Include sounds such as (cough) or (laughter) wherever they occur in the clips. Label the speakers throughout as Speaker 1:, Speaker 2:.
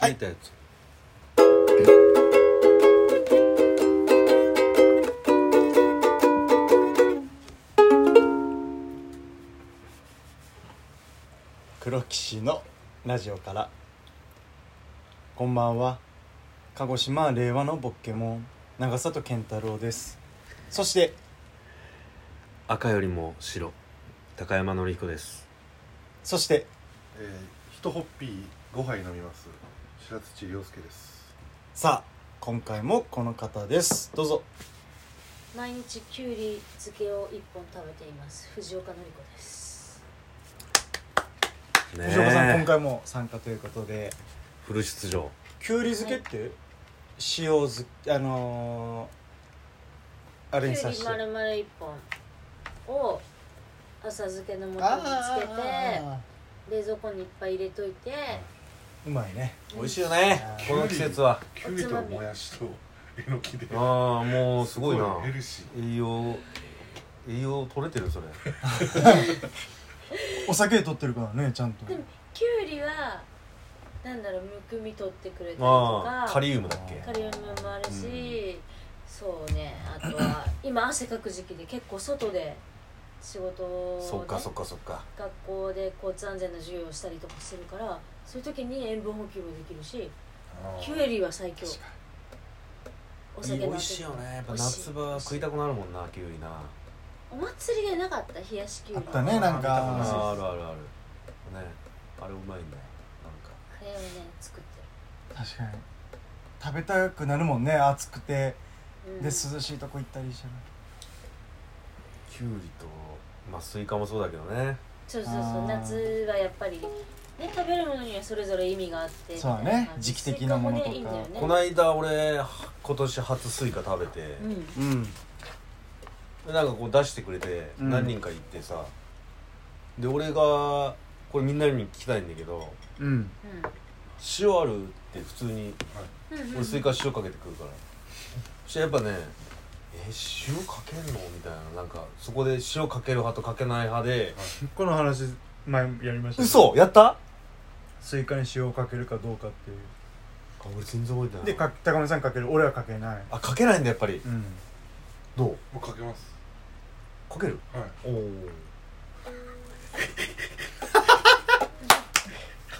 Speaker 1: 決めたやつ、
Speaker 2: 黒騎士のラジオからこんばんは鹿児島令和のボッケモン長里健太郎ですそして
Speaker 1: 赤よりも白高山紀彦です
Speaker 2: そして
Speaker 3: えー、一ホッピー5杯飲みます白土亮介です
Speaker 2: さあ今回もこの方ですどうぞ
Speaker 4: 毎日きゅうり漬けを一本食べています藤岡典子です
Speaker 1: ね
Speaker 2: 藤岡さん
Speaker 1: え
Speaker 2: 今回も参加ということで
Speaker 1: フル出場
Speaker 2: きゅうり漬けって塩漬けあのー、あ
Speaker 4: き
Speaker 2: れ
Speaker 4: ゅう
Speaker 2: に
Speaker 4: り
Speaker 2: さして
Speaker 4: 丸々一本を浅漬けの素につけて
Speaker 2: あ
Speaker 4: 冷蔵庫にいっぱい入れといて
Speaker 2: ーうまいね
Speaker 1: 美味しいよね
Speaker 2: あー
Speaker 1: この季節は
Speaker 3: キュウリともやしとえのきで
Speaker 1: ああもうすごいな
Speaker 3: ヘルシ
Speaker 1: 栄養栄養取れてるそれ
Speaker 2: お酒取ってるからねちゃんと
Speaker 4: でもきゅうりはなんだろうむくみ取ってくれたりと
Speaker 1: あ
Speaker 4: か
Speaker 1: あカリウムだっけ
Speaker 4: カリウムもあるし、そうねあとは今汗かく時期で結構外で仕事を、ね、
Speaker 1: そっかそっかそっか
Speaker 4: 学校で交通安全の授業をしたりとかするからそういう時に塩分補給もできるしキュエリーは最強お
Speaker 1: いい
Speaker 4: 酒
Speaker 1: 美
Speaker 4: の
Speaker 1: 味しいよねやっぱ
Speaker 4: 美味しい
Speaker 1: 夏場食いたくなるもんなきゅうりな
Speaker 4: お祭りでなかった冷やしキュウ
Speaker 2: あっ
Speaker 4: リ
Speaker 2: たねなん
Speaker 1: あ
Speaker 3: そうそう
Speaker 2: か
Speaker 1: ーあるあるあるねあれうまいんだよなんか
Speaker 4: あれをね作って
Speaker 2: 確かに食べたくなるもんね暑くて
Speaker 4: る、うん
Speaker 2: で涼しいとこ行ったりしたら
Speaker 1: きゅうりとまあスイカもそうだけどね
Speaker 4: そうそう
Speaker 2: あ
Speaker 4: そう
Speaker 2: ー
Speaker 4: 夏はやっぱりね食べるものにはそれぞれ意味があって
Speaker 2: そうだね
Speaker 4: みたいな感じ
Speaker 2: 時期的なものとか
Speaker 4: スイカもねいい
Speaker 1: こ
Speaker 4: んだよ
Speaker 1: の
Speaker 4: ね
Speaker 1: 間俺は今年初スイカ食べて、
Speaker 4: う
Speaker 2: う
Speaker 4: ん
Speaker 2: ん
Speaker 1: なんかこう出してくれて
Speaker 2: うん
Speaker 1: 何人か行ってさ、で俺がこれみんなに聞きたいんだけど
Speaker 2: うん
Speaker 1: 塩あるって普通に
Speaker 4: うんうんうん
Speaker 1: 俺スイカ塩かけてくるから、そしたらやっぱねえ塩かけんのみたいななんかそこで塩かける派とかけない派で
Speaker 2: この話前やりました
Speaker 1: 嘘やった
Speaker 2: スイカに塩をかけるかどうかっていう
Speaker 1: 俺全然覚えてない
Speaker 2: でか高見さんかける俺はかけない
Speaker 1: あかけないんだやっぱり
Speaker 2: うん
Speaker 1: どう
Speaker 3: もうかけます
Speaker 1: かける
Speaker 3: はい
Speaker 1: おお (laughs) か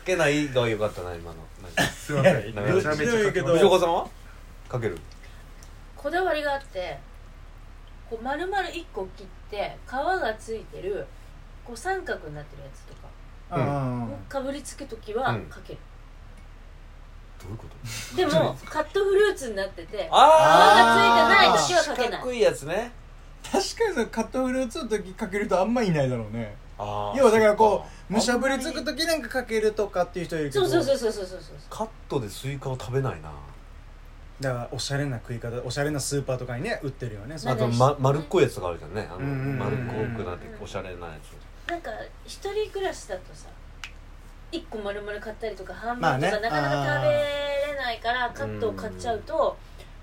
Speaker 1: けないが良かったな今のなんか
Speaker 3: すいません
Speaker 2: い
Speaker 3: め
Speaker 1: や
Speaker 3: ちゃめちゃかけ
Speaker 2: ど
Speaker 3: ま
Speaker 2: う
Speaker 1: 藤
Speaker 3: す
Speaker 1: 岡さんはかける
Speaker 4: こだわりがあってこう丸々1個切って皮がついてるこう三角になってるやつとか
Speaker 2: うんうん
Speaker 4: かぶりつく時はかける、
Speaker 1: どういうこと
Speaker 4: でもカットフルーツになってて
Speaker 2: あー
Speaker 4: 皮がついてない時はかけな
Speaker 1: 四
Speaker 4: い
Speaker 1: 角いやつね
Speaker 2: 確かにそのカットフルーツの時かけるとあんまいないだろうね
Speaker 1: あー
Speaker 2: 要はだからこ
Speaker 1: そっ
Speaker 2: むしゃぶりつく時なんかかけるとかっていう人いるけ
Speaker 4: そ
Speaker 2: ど
Speaker 4: うそうそうそうそうそうそう
Speaker 1: カットでスイカを食べないな
Speaker 2: だからおしゃれな食い方おしゃれなスーパーとかにね売ってるよね
Speaker 4: そ
Speaker 1: あ
Speaker 4: う
Speaker 1: と、ま、丸っこいやつとかあるじゃんねあの
Speaker 2: うんうんうん
Speaker 1: 丸っこくなっておしゃれなやつ
Speaker 4: なんか一人暮らしだとさ一個丸々買ったりとか半分
Speaker 2: まあね
Speaker 4: とかなかなか
Speaker 2: あー
Speaker 4: 食べれないからカットを買っちゃうと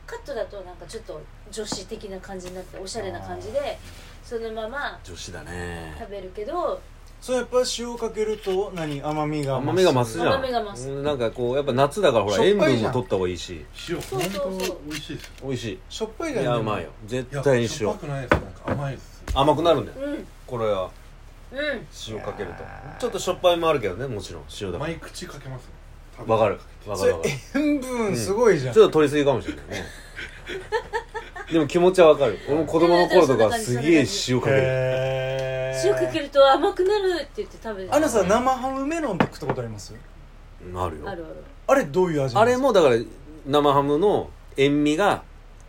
Speaker 4: カットだとなんかちょっと女子的な感じになっておしゃれな感じでそのまま
Speaker 1: 女子だね
Speaker 4: 食べるけど
Speaker 2: そうやっぱ塩かけると何甘みが
Speaker 1: 甘みが増すじゃん
Speaker 4: 甘みが増す
Speaker 1: うんなんかこうやっぱ夏だからほら
Speaker 2: しょ
Speaker 1: 塩
Speaker 2: っぱい
Speaker 1: 分
Speaker 2: じゃ
Speaker 1: も
Speaker 2: ん
Speaker 1: 取った方がいいし
Speaker 3: 塩
Speaker 4: そうそうそう
Speaker 3: 本当美味しいですよ
Speaker 1: 美味し
Speaker 2: しょっぱい
Speaker 1: い
Speaker 2: じゃん
Speaker 1: いやう
Speaker 2: でも
Speaker 1: まいよ絶
Speaker 3: いや
Speaker 1: 対に
Speaker 3: し
Speaker 1: 塩
Speaker 3: ょっぱくないですなんか甘いです
Speaker 1: 甘くなるんだよ
Speaker 4: うんうん
Speaker 1: これは塩かけるとちょっとしょっぱいもあるけどねもちろん塩だか
Speaker 3: 毎口かけます
Speaker 1: らわかるわか
Speaker 2: そ
Speaker 1: る
Speaker 2: れ
Speaker 1: わかる
Speaker 2: 塩分すごいじゃ
Speaker 1: (laughs)
Speaker 2: ん
Speaker 1: ちょっと取りすぎかもしれない
Speaker 4: (laughs)
Speaker 1: ねでも気持ちはわかる俺も子供の頃とかすげえ塩かける
Speaker 2: へー
Speaker 4: 塩かけると甘くなるって言って食べてた
Speaker 2: あのさ生ハムメロンって食ったことあります
Speaker 1: あるよ
Speaker 4: あるある
Speaker 2: あれどういう味な
Speaker 1: あ
Speaker 2: んで
Speaker 1: れ
Speaker 2: すか
Speaker 1: もだから生ハムの塩味が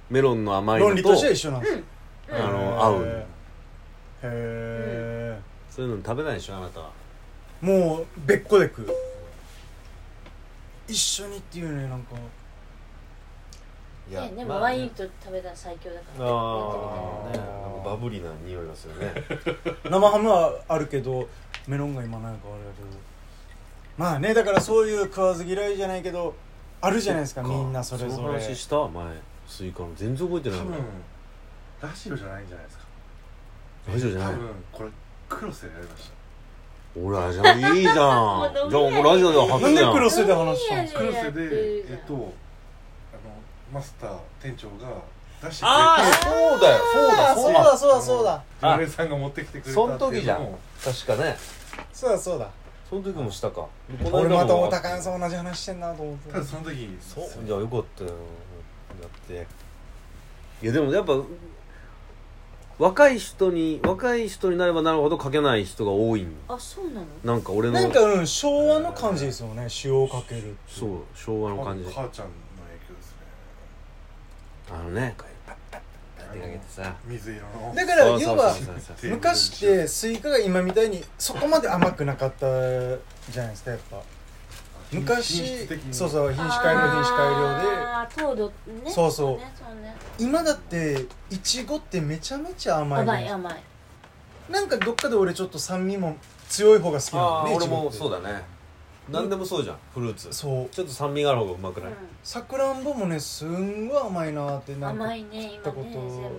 Speaker 1: メロンの甘いのと
Speaker 2: 論理としては一緒なんです
Speaker 1: あ
Speaker 2: へー
Speaker 1: の合う
Speaker 2: へえ
Speaker 1: そういうの食べないでしょあなたは
Speaker 2: もう別個で食う一緒にっていうねなんか
Speaker 1: い
Speaker 4: ねでもワインと食べたら最強だから
Speaker 1: ああねなんかバブリーな匂いがするね
Speaker 2: 生ハムはあるけどメロンが今ないからあれだけどまあねだからそういう食わず嫌いじゃないけどあるじゃないですかみんなそれぞ
Speaker 1: の
Speaker 2: れ
Speaker 1: 話した前スイカの全然覚えて
Speaker 3: 多
Speaker 1: ない
Speaker 3: 分
Speaker 1: もん
Speaker 3: ラジオじゃないんじゃないですか
Speaker 1: 大丈夫じゃ
Speaker 3: 多
Speaker 1: ない
Speaker 3: 分これクロスでやりまし
Speaker 1: おラジオいい
Speaker 4: (laughs)
Speaker 1: じゃんじゃあ
Speaker 4: 飲み屋で
Speaker 1: ラジオでは初
Speaker 2: なんで
Speaker 1: やん
Speaker 2: クロスで話したんです
Speaker 4: いや
Speaker 3: ク
Speaker 4: い
Speaker 3: ロ
Speaker 4: や
Speaker 3: ス
Speaker 4: やってる
Speaker 3: で
Speaker 4: じゃん
Speaker 3: えっとあのマスター店長が出して
Speaker 1: あーそうだよそうだそうだ
Speaker 2: そうだそうだ
Speaker 3: くれて井上さんが持ってきてくれた
Speaker 1: そん時じゃ
Speaker 3: っていうんのを
Speaker 1: 確かね
Speaker 2: そうだそうだ
Speaker 1: その時もしたか
Speaker 2: 俺またおたかん
Speaker 1: ん
Speaker 2: さん同じ話してんなと思って
Speaker 3: ただその時に
Speaker 1: そうじゃあよかったよだっていやでもやっぱ若い人に若い人になればなるほど書けない人が多いん
Speaker 4: あそうなの
Speaker 1: なんか俺の
Speaker 2: なんかうん昭和の感じですよね塩をかける
Speaker 1: そう昭和の
Speaker 3: 母
Speaker 1: 感じ
Speaker 3: 母ちゃんの影響ですね
Speaker 1: あのねこうパッパッパッパッてかけてさ
Speaker 3: 水色の
Speaker 2: だから
Speaker 1: そうそ
Speaker 2: 要
Speaker 1: うそう
Speaker 2: は
Speaker 1: そうそう
Speaker 3: テーブル
Speaker 2: 昔ってスイカが今みたいにそこまで甘くなかったじゃないですかやっぱ昔そう
Speaker 3: う
Speaker 2: そう品種改良品種改良で
Speaker 4: あー糖度ね
Speaker 2: そうそう
Speaker 4: ねそうね
Speaker 2: 今だっていちごってめちゃめちゃ甘いじゃな
Speaker 4: 甘
Speaker 2: いで
Speaker 4: い
Speaker 2: すか
Speaker 4: 甘い
Speaker 2: なんかどっかで俺ちょっと酸味も強い方が好きな
Speaker 1: あ
Speaker 2: ん
Speaker 1: あ
Speaker 2: だ
Speaker 1: ー
Speaker 2: よ
Speaker 1: 俺
Speaker 2: ね
Speaker 1: も
Speaker 2: いち
Speaker 1: そ
Speaker 2: ご
Speaker 1: う
Speaker 2: って
Speaker 1: だね何でもそうじゃんフルーツ
Speaker 2: そう
Speaker 1: ちょっと酸味がある方がうまくない
Speaker 2: さくらんぼもねすんごい甘いなーって
Speaker 4: うん
Speaker 2: なんか
Speaker 4: 甘
Speaker 2: 聞い
Speaker 4: いね
Speaker 2: た
Speaker 4: 今
Speaker 2: こ
Speaker 4: ね
Speaker 2: と、
Speaker 4: 全部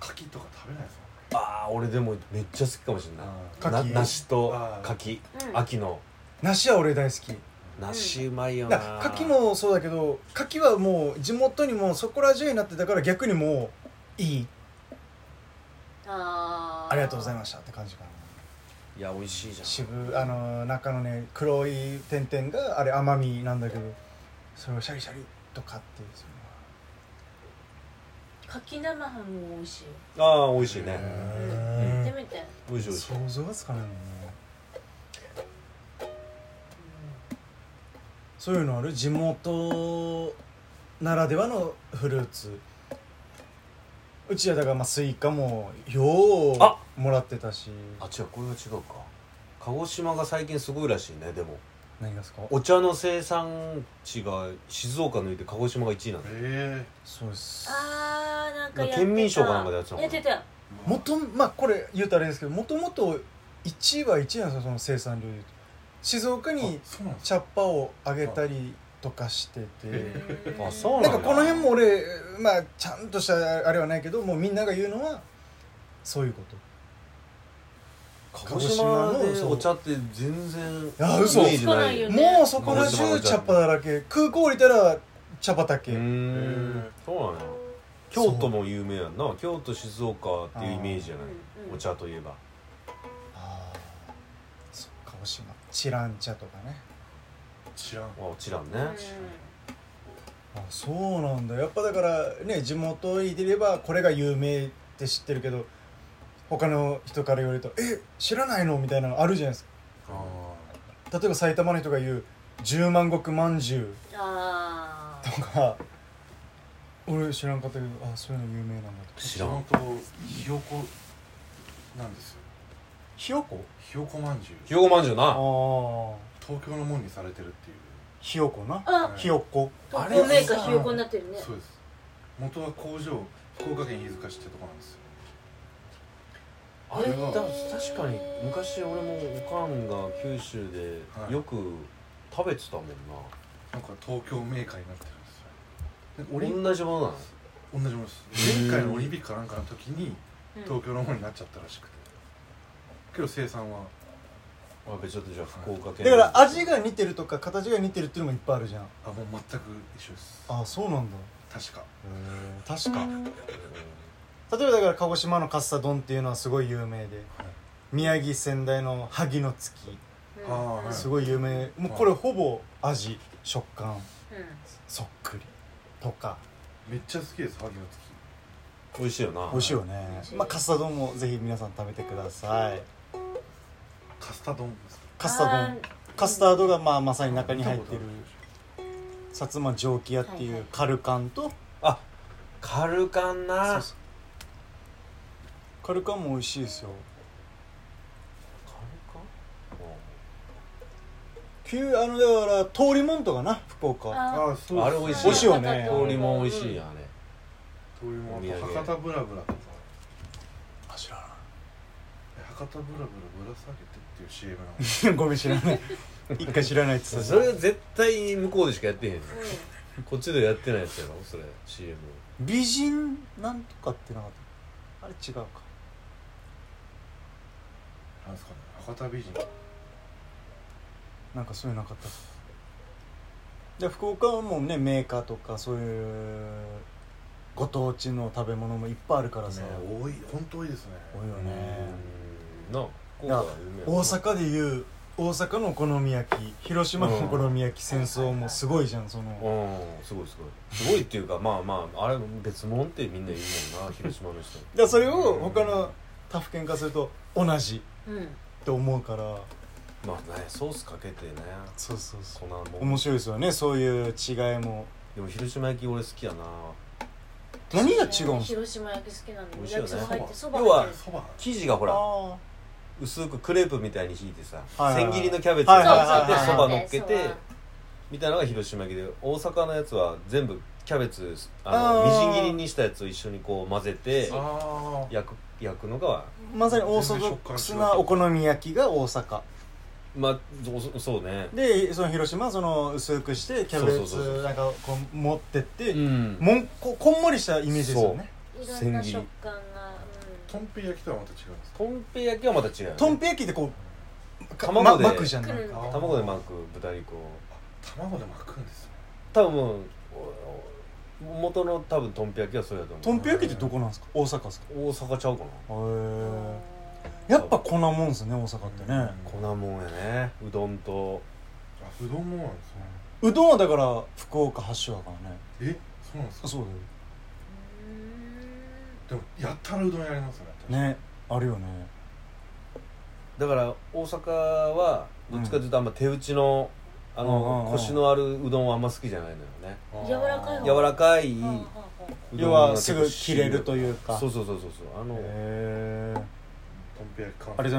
Speaker 3: 柿とか食べないです
Speaker 1: ああ俺でもめっちゃ好きかもしれな
Speaker 3: も
Speaker 2: 柿
Speaker 1: いな梨と
Speaker 3: あー
Speaker 1: 柿
Speaker 4: うん
Speaker 1: 秋の
Speaker 2: 梨は俺大好き
Speaker 1: 梨うまいよ
Speaker 2: だ
Speaker 1: な
Speaker 2: 牡蠣もそうだけど牡蠣はもう地元にもそこら中になってたから逆にもういい
Speaker 4: あー
Speaker 2: ありがとうございましたって感じかない
Speaker 1: や美味しいじゃん
Speaker 2: 渋あの中のね黒い点々があれ甘みなんだけどそれをシャリシャリとかっていうその
Speaker 4: 柿生ハムも美味しいよ
Speaker 1: ああ美味しいね
Speaker 4: やって
Speaker 2: へ
Speaker 4: みて
Speaker 1: 美味しい美味し
Speaker 2: ー
Speaker 1: い
Speaker 2: 想像がつかないもんねそういうのある地元ならではのフルーツうちはだからまあスイカもよ
Speaker 1: あ
Speaker 2: うもらってたし
Speaker 1: あ違うこれは違うか鹿児島が最近すごいらしいねでも
Speaker 2: 何がですか
Speaker 1: お茶の生産地が静岡抜いて鹿児島が1位なんだよ
Speaker 3: え
Speaker 2: そうです
Speaker 4: あーなんかやってた
Speaker 1: 県民賞かなんかでやってたもん
Speaker 4: やってた
Speaker 3: え
Speaker 2: もとまあこれ言うとあれですけどもともと1位は1位なんですよその生産量で言うと静岡に
Speaker 3: そうなんです
Speaker 2: 茶っ葉をあげたりとかしてて
Speaker 4: うん
Speaker 1: あそう
Speaker 2: なん
Speaker 1: だ
Speaker 2: かこの辺も俺まあちゃんとしたあれはないけどもうみんなが言うのはそういうこと
Speaker 1: 鹿児島でお茶って全然イメ
Speaker 2: あ嘘
Speaker 1: ージ
Speaker 4: 少な
Speaker 1: ないい
Speaker 4: よね
Speaker 2: もうそこら中茶っ葉だらけ空港降りたら茶畑、
Speaker 1: うー
Speaker 3: へ
Speaker 1: ん
Speaker 3: ー
Speaker 1: そうなのよ京都も有名やんな京都静岡っていうイメージじゃない
Speaker 4: うんうん
Speaker 1: お茶といえば
Speaker 2: ああそっか鹿児島知らん茶とかね
Speaker 3: 知らん
Speaker 1: あ知らんね
Speaker 2: あそうなんだやっぱだからね地元にいればこれが有名って知ってるけど他の人から言われると「え知らないの?」みたいなのあるじゃないです
Speaker 3: ああ
Speaker 2: か例えば埼玉の人が言う「十万石まんじゅう
Speaker 4: あ」
Speaker 2: とか俺知らんかったけどあそういうの有名なんだと
Speaker 1: 知らん
Speaker 3: 地元ひよこなんですよ
Speaker 2: ひよこ
Speaker 3: ひよこまんじゅう
Speaker 1: ひよこまんじゅう
Speaker 2: あ
Speaker 1: な
Speaker 2: あ
Speaker 3: 東京のもんにされてるっていう
Speaker 2: ひよこな
Speaker 4: ーあ
Speaker 2: ひよこ
Speaker 4: あれメーカーひよこになってるね
Speaker 3: そうです元は工場福岡県飯塚市ってとこなんですよ
Speaker 1: あれだ
Speaker 3: へー
Speaker 1: 確かに昔俺もおかんが九州
Speaker 3: は
Speaker 1: で
Speaker 3: い
Speaker 1: よく食べてたもんな
Speaker 3: なんか東京メーカーになってるんですよでオリン
Speaker 1: 同じものなの
Speaker 3: 同じものです
Speaker 1: へー
Speaker 3: 前回のオリンピックかなんかの時に
Speaker 4: うん
Speaker 3: 東京の方になっちゃったらしくてけど生産は
Speaker 1: あ別にじゃあ福岡
Speaker 2: だ
Speaker 1: 県
Speaker 2: から味が似てるとか形が似てるっていうのもいっぱいあるじゃん
Speaker 3: あもう全く一緒です
Speaker 2: あそうなんだ
Speaker 3: 確か
Speaker 2: 確か例えばだから鹿児島のカッサ丼っていうのはすごい有名で、宮城仙台の萩の月
Speaker 4: うん
Speaker 3: あーはい
Speaker 2: すごい有名もうこれほぼ味食感
Speaker 4: う
Speaker 2: そっくりとか
Speaker 3: めっちゃ好きです萩の
Speaker 1: 美味しいよな
Speaker 2: 美味しいよね、まあ、カッサ丼もぜひ皆さん食べてください
Speaker 3: 月カスタ丼ですか
Speaker 2: カッサ
Speaker 4: あ
Speaker 2: 丼
Speaker 4: ー
Speaker 2: カスタードがまあまさに中に入ってる
Speaker 3: 見たこ
Speaker 2: 薩摩蒸気屋って
Speaker 4: はい
Speaker 2: い
Speaker 4: はいう
Speaker 2: カルカンと、
Speaker 1: あカルカンな
Speaker 2: そうそうカルカンも美味しいですよ
Speaker 1: カル
Speaker 2: 旧あのだから通りもんとかな福岡
Speaker 4: あ
Speaker 3: ああーそう
Speaker 1: あれ
Speaker 3: で
Speaker 1: 美味しい
Speaker 3: す
Speaker 2: 美味しいよね
Speaker 1: カン氷も美味しいやんあれ
Speaker 3: そういうもん
Speaker 1: お土産
Speaker 3: 博多ブラブラとか
Speaker 2: あ知らない
Speaker 3: え博多ブラブラぶら下げてっていう CM なの
Speaker 2: ごめん知 (laughs) らない一回知らないって言ってた
Speaker 1: それ絶対向こうでしかやってへんよ
Speaker 4: うん
Speaker 1: こっちでやってないやつやろそれ CM
Speaker 2: 美人なんとかってなかったあれ違うか
Speaker 3: なんですかね博多美人
Speaker 2: なんかそういうのなかったで福岡はもうねメーカーとかそういうご当地の食べ物もいっぱいあるからさ、
Speaker 3: ね多い本当多いですね
Speaker 2: 多いよね
Speaker 1: うんなあ福岡は有名やな
Speaker 2: 大阪でいう大阪のお好み焼き広島のお好み焼き戦争もすごいじゃんその
Speaker 1: うんすごいすごいすごいっていうかまあまああれ別物ってみんな言う
Speaker 2: (laughs)
Speaker 1: もんな広島の人
Speaker 2: でそれを他の他府県化すると同じっ
Speaker 4: うん
Speaker 2: て思うから
Speaker 1: まあねソースかけてね
Speaker 2: そうそうそ
Speaker 1: 粉も
Speaker 2: う面白いですよねそういう違いも
Speaker 1: でも広島焼き俺好きやな
Speaker 2: 何が違うんですか
Speaker 4: 広島焼き好きなんで
Speaker 1: 美味しいよね
Speaker 4: 焼きそば入ってそば
Speaker 1: 要は
Speaker 4: 入って
Speaker 3: そば
Speaker 1: 生地がほ
Speaker 2: ほ
Speaker 1: ら薄くクレープみたいに引いてさ、
Speaker 2: はいはいはい
Speaker 1: 千切りのキャベツを
Speaker 2: はい
Speaker 4: そう
Speaker 2: はい
Speaker 1: 乗
Speaker 2: は
Speaker 1: っ
Speaker 2: い
Speaker 1: けて
Speaker 2: はい
Speaker 1: そば乗っ
Speaker 4: そ
Speaker 1: け
Speaker 4: ば
Speaker 1: てみたいなのが広島焼きで大阪のやつは全部キャベツあの
Speaker 2: あ
Speaker 1: み
Speaker 2: ー
Speaker 1: じん切りにしたやつを一緒にこう混ぜて
Speaker 3: あ
Speaker 1: 焼く焼くのが
Speaker 2: まさにオーソドックスなお好み焼きが大阪
Speaker 1: まあそうそうね
Speaker 2: でその広島はその薄くしてキャベツなんかこう持ってって
Speaker 1: うん
Speaker 2: もんここんもりしたイメージですよね
Speaker 4: いろんな食感が、
Speaker 3: とんぺい焼きとはまた違うんですか
Speaker 1: とんぺ焼きはまた違うよね
Speaker 2: とんぺ焼きってこうか
Speaker 1: 卵で
Speaker 2: ま巻くじゃん
Speaker 4: く
Speaker 2: なん
Speaker 4: る
Speaker 2: か
Speaker 4: の
Speaker 1: 卵で巻く豚肉を
Speaker 3: 卵で巻くんですね
Speaker 1: 多分お元の多分とんぺ焼きはそれだと思う
Speaker 2: とんぺ焼きってどこなんですか大阪ですか
Speaker 1: 大阪ちゃうかな
Speaker 2: へえやっぱこんなもんですね大阪ってね
Speaker 1: 粉もんやねうどんと
Speaker 3: あうどんもなんですね
Speaker 2: うどんはだから福岡発祥だからね
Speaker 3: えそうなんですか
Speaker 2: そう
Speaker 3: でもやったらうどんやりますよ
Speaker 2: だよねあるよね
Speaker 1: だから大阪はどっちかというとあんま手打ちのあ
Speaker 2: うんうん
Speaker 1: の
Speaker 2: うん
Speaker 1: コシのあるうどんはあんま好きじゃないのよね
Speaker 3: 確かに
Speaker 4: 柔らか
Speaker 1: 柔らか
Speaker 4: い方
Speaker 1: い
Speaker 4: うんはあはあはあ
Speaker 1: うどん
Speaker 2: 要はすぐ切れるというか
Speaker 1: そうそうそうそうそうあの
Speaker 2: へえ
Speaker 3: とんぺい焼き
Speaker 2: ありがとうございま